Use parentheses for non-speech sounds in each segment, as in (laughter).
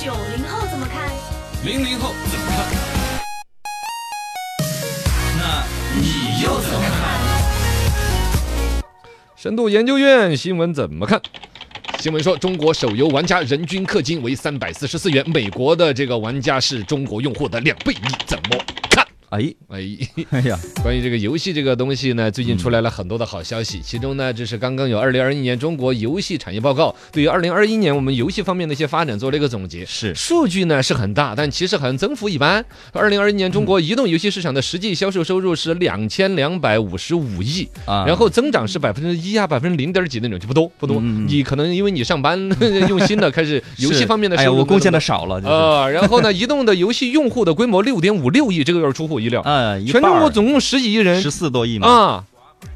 九零后怎么看？零零后怎么看？那你又怎么看？深度研究院新闻怎么看？新闻说，中国手游玩家人均氪金为三百四十四元，美国的这个玩家是中国用户的两倍，你怎么看？哎，哎，哎呀， (laughs) 关于这个游戏这个东西呢，最近出来了很多的好消嗯息，其中呢，这是刚刚有2021年中国游戏产业报告对于2021年我们游戏方面的一些发展做了一个总结。是数据呢是很大，但其实很增幅一般。2021年中国移动游戏市场的实际销售收入是两千两百五十五亿，啊，然后增长是百分之一啊，百分之零点几那种就不多不多。嗯嗯嗯嗯你可能因为你上班 (laughs) 用心的开始游戏 (laughs) 是方面的哎呀，收入我贡献的的少了，就是呃，然后呢，移动的游戏用户的规模六点五六亿，这个有点出乎我意料。啊，全中国总共十几亿人十四多亿嘛，啊，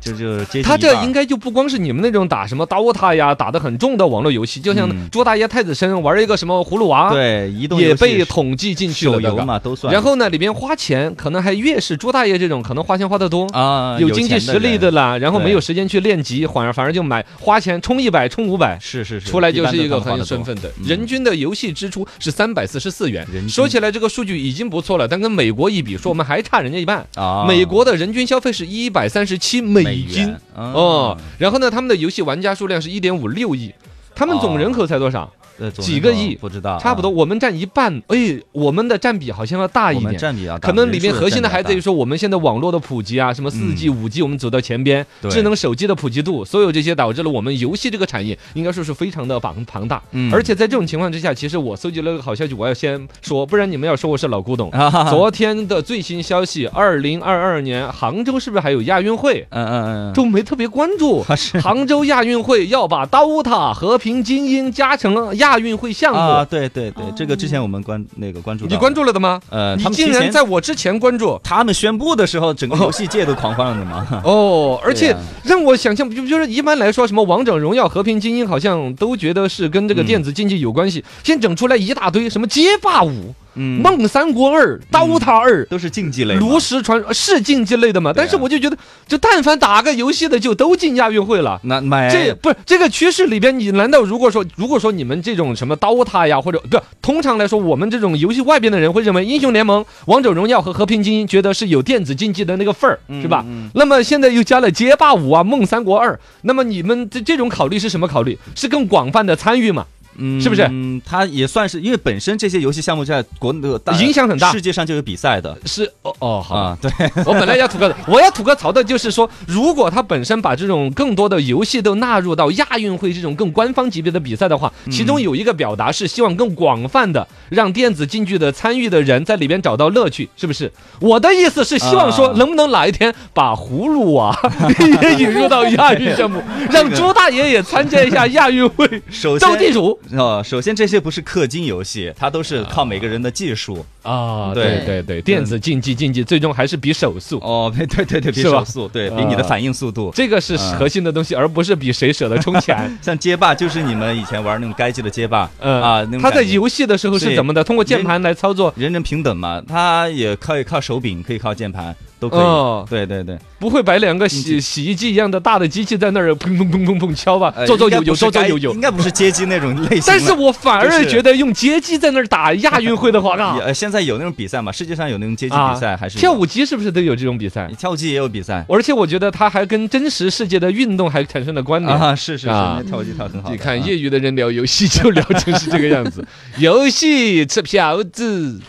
就就接近他一这半儿应该就不光是你们那种打什么 DOTA 呀，打得很重的网络游戏，嗯就像猪大爷太子参玩一个什么葫芦娃，对移动啊也游戏被统计进去了手那游个。嘛都算，然后呢，里边花钱可能还越是猪大爷这种，可能花钱花得多。啊有经济实力的人啦，然后对没有时间去练级，反而反而就买花钱充一百充五百。是是是，出来就般是都一个他们花很有得多身份的嗯，人均的游戏支出是三百四十四元人均。说起来这个数据已经不错了，但跟美国一比，说我们还差人家一半。啊，美国的人均消费是一百三十七美美金元，嗯哦，，然后呢，他们的游戏玩家数量是一点五六亿，他们总人口才多少？呃总几人个口亿不知道，差不多，哦啊我们占一半。哎，我们的占比好像要大我一们点。占比要啊大，可能人里面数核心的占比啊还要在于说，我们现在网络的普及啊，什么四 G、五 G，我们走到前边，嗯对智能手机的普及度，所有这些导致了我们游戏这个产业应该说是非常的庞庞大。嗯而且在这种情况之下，其实我搜集了个好消息，我要先说，不然你们要说我是老古董。大啊，昨天的最新消息，二零二二年杭州是不是还有亚运会？嗯嗯嗯就没特别关注。嗯，是杭州亚运会要把 DOTA 和平精英加成亚运会项目，啊，对对对，这个之前我们关那个关注到你关注了的吗？呃，你他们竟提然前在我之前关注，他们宣布的时候，整个游戏界都狂欢了的嘛。哦，而对且啊让我想象，就就是一般来说，什么王者荣耀、和平精英，好像都觉得是跟这个嗯电子竞技有关系。先整出来一大堆什么街霸五、 (laughs) 嗯，梦三国二、DOTA 二、都是竞技类嘛，炉石传说是竞技类的嘛？对啊但是我就觉得，就但凡打个游戏的，就都进亚运会了。那买这不是这个趋势里边，你难道如果说，如果说你们这种什么 DOTA 呀，或者不，通常来说，我们这种游戏外边的人会认为英雄联盟、王者荣耀和和平精英觉得是有电子竞技的那个份儿，是吧？嗯嗯那么现在又加了街霸五啊、梦三国二，那么你们这这种考虑是什么考虑？是更广泛的参与嘛？嗯是不是嗯，它也算是，因为本身这些游戏项目在国内大影响很大世界上就有比赛的是哦哦好吧，啊，对， (laughs) 我本来要吐个，我要吐个槽的就是说，如果他本身把这种更多的游戏都纳入到亚运会这种更官方级别的比赛的话，嗯其中有一个表达是希望更广泛的让电子竞技的参与的人在里边找到乐趣，是不是？我的意思是希望说啊，能不能哪一天把葫芦娃 (laughs) 也引入到亚运 (laughs) 项目，让朱大爷也参加一下亚运会首斗地先。主哦，首先这些不是氪金游戏，它都是靠每个人的技术。啊嗯对对对，电子竞技竞技最终还是比手速。哦，对对对对，嗯比是吧手速，对比你的啊反应速度。这个是嗯核心的东西，而不是比谁舍得充 (laughs) 钱。像街霸就是你们以前玩那种街机的街霸嗯啊，那种他在感觉游戏的时候是对怎么的？通过键人盘来操作，人人平等嘛，它也可以靠手柄，可以靠键盘，都可以。嗯哦对对对，不会摆两个竞洗洗衣机一样的大的机器在那儿砰砰砰砰砰敲吧呃？左左应该右右，不是左左该右右应。该不是啊街机那种类型的。但是我反就而是觉得用街机在那儿打亚运会的 (laughs) 话，也啊呃，现在有那种比赛嘛？世界上有那种街机啊比赛，还是有跳舞机是不是都有这种比赛？跳舞机也有比赛而且我觉得它还跟真实世界的运动还产生了关联。啊？是是是，啊那跳舞机跳得很好的。啊你看业余的人聊游戏就聊成是这个样 (laughs) 子，游戏吃票子。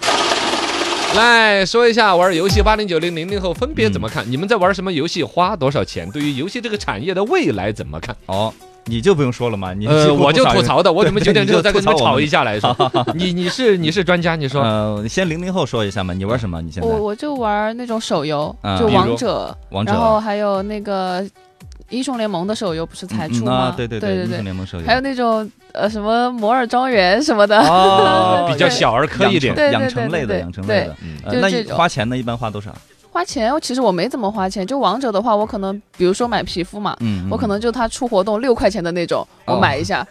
来说一下玩游戏八零九零零零后分别怎么看？嗯你们在玩什么游戏？花多少钱？对于游戏这个产业的未来怎么看？哦，你就不用说了嘛，你呃，我就嗯不少吐人。槽的，我准备对九点你之后就再跟吐槽你们我吵们一架来说。 (laughs) 你你是你是专家，你说呃，先零零后说一下嘛，你玩什么？你现在我我就玩那种手游，啊就比如王者，王者然后还有那个英雄联盟的手游不是才嗯出嗯吗？啊对对对，对英雄联盟手游还有那种呃什么摩尔庄园什么的，哦呃 (laughs) 比较小儿科一点。对对养对成对类的对养成对类的。嗯呃就是那这一种花钱呢？一般花多少？花钱，其实我没怎么花钱。就王者的话，我可能比如说买皮肤嘛，嗯，嗯我可能就他出活动六块钱的那种，我哦买一 (laughs) 下。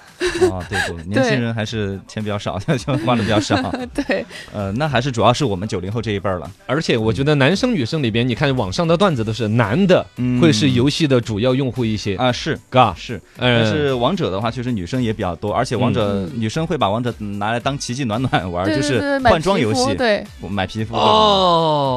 哦，对 (laughs) 对，年轻人还是钱比较少， (laughs) 就花的比较少。对，呃，那还是主要是我们九零后这一辈儿了，而且我觉得男生女生里边，你看网上的段子都是男的嗯嗯会是游戏的主要用户一些，啊、是嘎，是。但呃，是王者的话，确实女生也比较多，而且王者、嗯女生会把王者拿来当奇迹暖暖玩，对就对对是对，买换装皮游肤戏，对，我买皮肤哦哦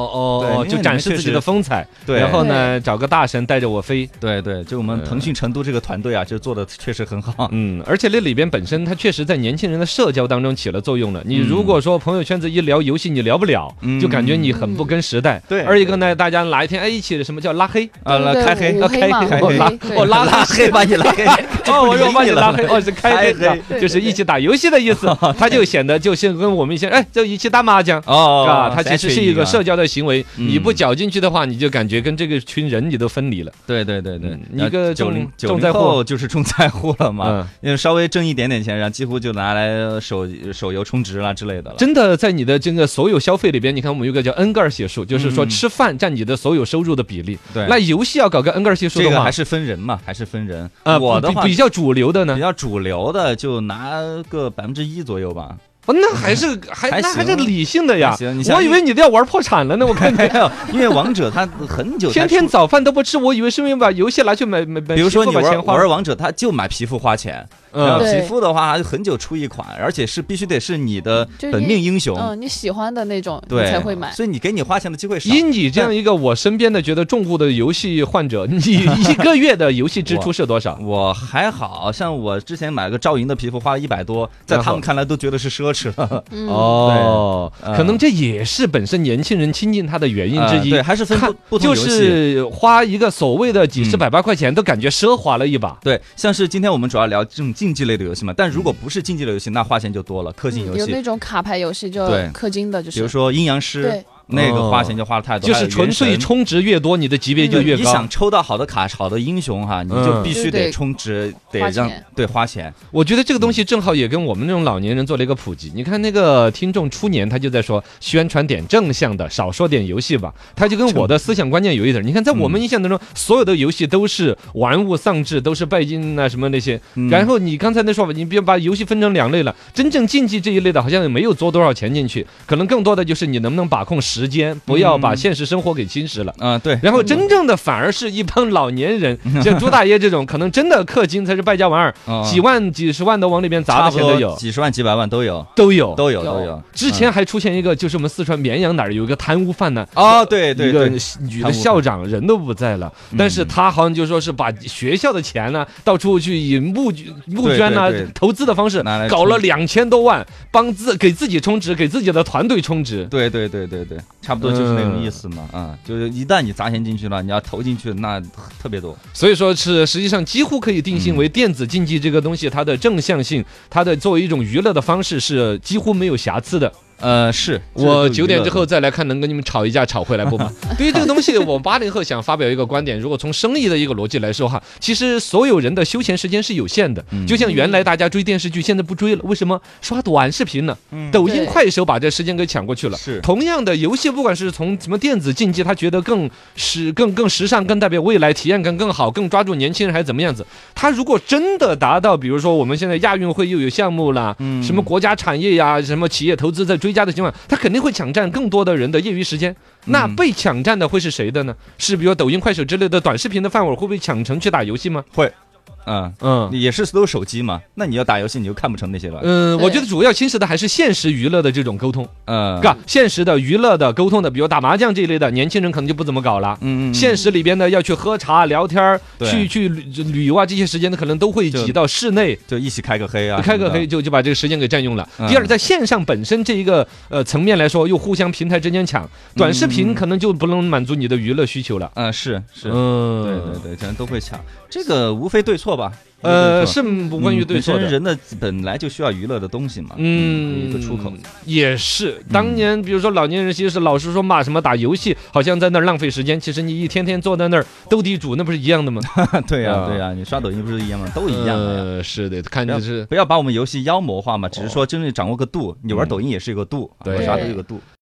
对因哦，为就展示自己的风采，对然后呢，找个大神带着我飞，对对，就我们呃腾讯成都这个团队啊，就做的确实很 (laughs) 好。嗯，而且那里边本身它确实在年轻人的社交当中起了作用了。你如果说朋友圈子一聊游戏，你聊不了，嗯就感觉你很不跟时代。对二一个呢，大家哪一天哎一起什么叫拉 (laughs) 黑？啊，对对开黑五啊，黑开嘛黑，开五我黑，拉黑对我哦拉 (laughs) 拉拉黑把你拉黑，哦，我又说把你拉黑，了。哦是开黑开黑的，就是一起打游戏的意 (laughs) 思，他就显得就是跟我们以前哎就一起打麻将。哦，啊，它其实是一个社设，交的行为，嗯你不搅进去的话，你就感觉跟这个群人你都分离了。对对对对嗯，一个九零重九重灾零户后就是重灾户了嘛，嗯，因为稍微挣一点点钱，然后几乎就拿来手手游充值啦之类的了。真的在你的这个所有消费里边，你看我们有个叫恩格尔系数，就是说嗯吃饭占你的所有收入的比例。对，那游戏要搞个恩格尔系数这的个话，还是分人嘛，还是分人。呃我比的话比较主流的呢比，较主流的就拿个百分之一左右吧。哦那还是还还那还是行理性的哎呀还行你。像我以为你都要玩破产了呢，(laughs) 我看你没有，因为王者它很久才天天出。早饭都不吃，我以为是因为把游戏拿去买买买比皮如肤说把你钱花玩了，玩王者，它就买皮肤花钱，然后嗯对皮肤的话它就很久出一款，而且是必须得是你的就是本你命英雄，嗯，你喜欢的那种你对，才会买。所以你给你花钱的机会少。以你这样一个我身边的觉得重度的游戏患者， (laughs) 你一个月的游戏支出是多少？我还好像我之前买个赵云的皮肤花了一百多，在然后他们看来都觉得是奢侈了。嗯，哦，对嗯可能这也是本身年轻人亲近他的原因之呃一。对，还是分看不不同就游戏。是花一个所谓的几十嗯百八块钱，都感觉奢华了一把。对，像是今天我们主要聊这种竞技类的游戏嘛，但如果不是竞技类游戏，那花钱就多了。氪金游嗯有戏，那种卡牌游戏，就对氪金的，就是比如说阴阳师对，那个花钱就花的太多，哦就还是有纯原粹神充值越多，你的级别就越你高想。抽到好的卡、好的英雄哈，你就嗯必须就得得充值，得花让钱对花钱。我觉得这个东西正好也跟我们这种老年人做了一个普及。你看那个听众初年，他就在说宣传点正向的，少说点游戏吧。他就跟我的思想观念有一点儿。你看，在我们印象当中，所有的游戏都是玩物丧志，都是拜金啊什么那些。嗯然后你刚才那说法，你别把游戏分成两类了。真正竞技这一类的，好像也没有做多少钱进去，可能更多的就是你能不能把控时间，不要把嗯现实生活给侵蚀了。啊，对，然后真正的反而是一帮老年 (laughs) 人，像朱大爷这种，可能真的氪金才是败家玩意嗯儿，几万、几十万的往里边砸差的不钱都多有，几十万、几百万都有，都有。都有嗯有都有。之前还出现一个，就是我们四川绵阳哪儿有一个贪污犯呢，哦，对对一个对，女贪的污校长人都不在了，但是嗯她好像就说是把学校的钱呢，到处去以募捐募对捐呐对对、投资的方式拿来，搞了充两千多万，帮自给自己充值，给自己的团队充值。对对对对对，差不多就是那种嗯意思嘛。啊，就是一旦你砸钱进去了，你要投进去，那特别多。所以说是实际上几乎可以定嗯性为电子竞技这个东西，它的正向性，它的作为一种娱乐的方式是几乎没有瑕疵的。呃，是我九点之后再来看，能跟你们吵一架吵回来 (laughs) 不吗？对于这个东西，我八零后想发表一个观点，如果从生意的一个逻辑来说哈，其实所有人的休闲时间是有限的嗯，就像原来大家追电视剧，现在不追了，为什么？刷短视频呢？嗯抖音、对快手把这时间给抢过去了。是同样的游戏，不管是从什么电子竞技，他觉得更时、更更时尚、更代表未来，体验感更好，更抓住年轻人，还是怎么样子？他如果真的达到，比如说我们现在亚运会又有项目啦，嗯什么国家产业呀、什么企业投资在追加的情况下，他肯定会抢占更多的人的业余时间。嗯那被抢占的会是谁的呢？是比如抖音、快手之类的短视频的饭碗会被抢成去打游戏吗？嗯，嗯。也是都是手机嘛。那你要打游戏，你就看不成那些了。嗯，我对觉得主要侵蚀的还是现实娱乐的这种沟通，嗯，嘎，现实的娱乐的沟通的，比如打麻将这一类的，年轻人可能就不怎么搞了。嗯，嗯嗯现实里边呢，要去喝茶、聊天儿、对去去旅旅游啊，这些时间呢，可能都会就挤到室内，就一起开个黑啊，开什个么的黑。就就把这个时间给占用了。嗯第二，在线上本身这一个呃层面来说，又互相平台之间抢，短视嗯频嗯可能就不能满足你的娱乐需求了。嗯，是是。嗯，对对对，咱都会抢，这个无非对错吧？呃，无非对错是不关于对嗯错本身的。人的本来就需要娱乐的东西嘛，嗯，一个出口。嗯也是。当年，比如说老年人，其实老是说骂什么打游戏，好像在那儿浪费时间。其实你一天天坐在那儿斗地主，那不是一样的吗？ (laughs) 对呀、啊对呀、你刷抖音不是一样吗？都一样的呀。呃是的，看不要就是不要把我们游戏妖魔化嘛，只是说真正掌握个度，你玩抖音也是有个度，对啥都有个度。